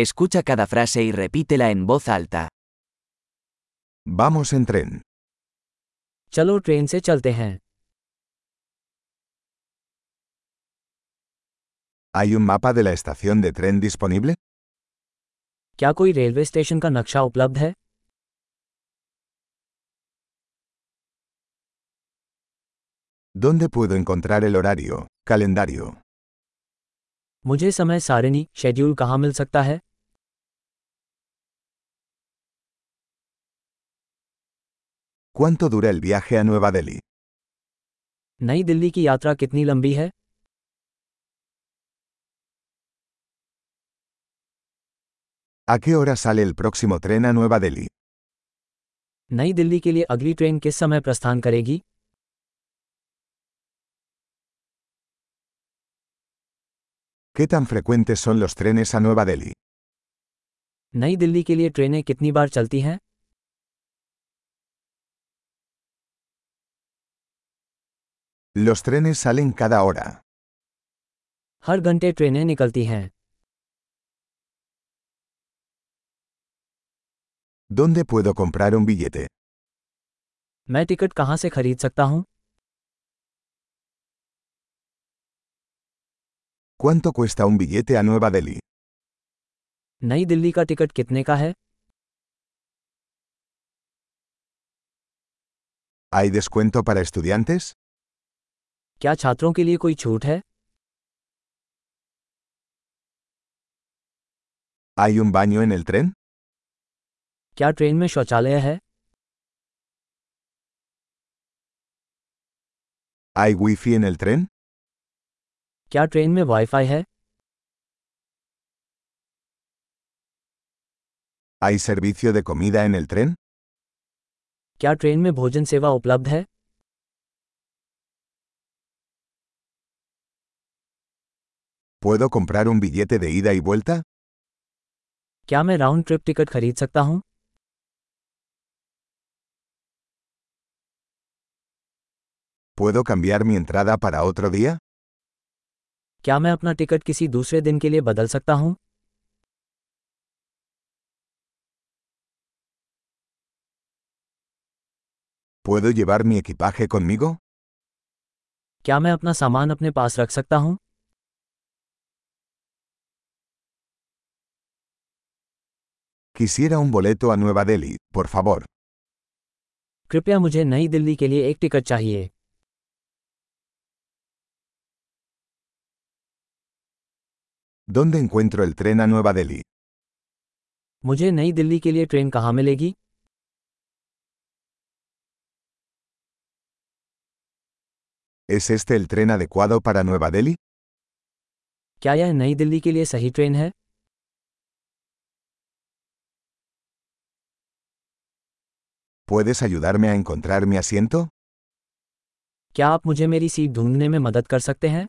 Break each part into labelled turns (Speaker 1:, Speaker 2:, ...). Speaker 1: Escucha cada frase y repítela en voz alta.
Speaker 2: Vamos en tren.
Speaker 3: चलो ट्रेन से चलते हैं
Speaker 2: ¿Hay un mapa de la estación de tren disponible?
Speaker 3: क्या कोई रेलवे स्टेशन का नक्शा उपलब्ध है
Speaker 2: ¿Dónde puedo encontrar el horario, calendario?
Speaker 3: मुझे समय सारिणी शेड्यूल कहाँ मिल सकता है
Speaker 2: ¿Cuánto dura el viaje a Nueva Delhi?
Speaker 3: नई दिल्ली की यात्रा कितनी लंबी है
Speaker 2: ¿A qué hora sale el próximo tren a Nueva Delhi?
Speaker 3: नई दिल्ली के लिए अगली ट्रेन किस समय प्रस्थान करेगी
Speaker 2: ¿Qué tan frecuentes son los trenes a Nueva Delhi?
Speaker 3: नई दिल्ली के लिए ट्रेनें कितनी बार चलती हैं
Speaker 2: Los trenes salen cada hora.
Speaker 3: हर घंटे ट्रेनें निकलती हैं
Speaker 2: ¿Dónde puedo comprar un billete?
Speaker 3: मैं टिकट कहाँ से खरीद सकता हूँ
Speaker 2: ¿Cuánto cuesta un billete a Nueva Delhi?
Speaker 3: नई दिल्ली का टिकट कितने का है
Speaker 2: ¿Hay descuento para estudiantes?
Speaker 3: क्या छात्रों के लिए कोई छूट है
Speaker 2: ¿Hay un baño en el tren?
Speaker 3: क्या ट्रेन में शौचालय है
Speaker 2: ¿Hay wifi en el tren?
Speaker 3: क्या ट्रेन में वाईफाई है
Speaker 2: ¿Hay servicio de comida en el tren?
Speaker 3: क्या ट्रेन में भोजन सेवा उपलब्ध है
Speaker 2: ¿Puedo comprar un billete de ida y vuelta?
Speaker 3: क्या मैं राउंड ट्रिप टिकट खरीद सकता हूँ
Speaker 2: ¿Puedo cambiar mi entrada para otro día?
Speaker 3: क्या मैं अपना टिकट किसी दूसरे दिन के लिए बदल सकता हूँ
Speaker 2: ¿Puedo llevar mi equipaje conmigo?
Speaker 3: क्या मैं अपना सामान अपने पास रख सकता हूँ
Speaker 2: Quisiera un boleto a Nueva Delhi, por favor.
Speaker 3: कृपया मुझे नई दिल्ली के लिए एक टिकट चाहिए
Speaker 2: ¿Dónde encuentro el tren a Nueva Delhi?
Speaker 3: मुझे नई दिल्ली के लिए ट्रेन कहाँ मिलेगी
Speaker 2: ¿Es este el tren adecuado para Nueva Delhi?
Speaker 3: क्या यह नई दिल्ली के लिए सही ट्रेन है
Speaker 2: ¿Puedes ayudarme a encontrar mi asiento?
Speaker 3: क्या आप मुझे मेरी सीट ढूंढने में मदद कर सकते हैं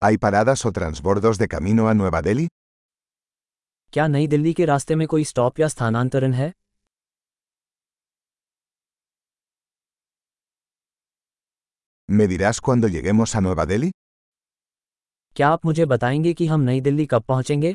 Speaker 2: ¿Hay paradas o transbordos de camino a Nueva Delhi?
Speaker 3: क्या नई दिल्ली के रास्ते में कोई स्टॉप या स्थानांतरण है
Speaker 2: ¿Me dirás cuándo lleguemos a Nueva Delhi?
Speaker 3: क्या आप मुझे बताएंगे कि हम नई दिल्ली कब पहुंचेंगे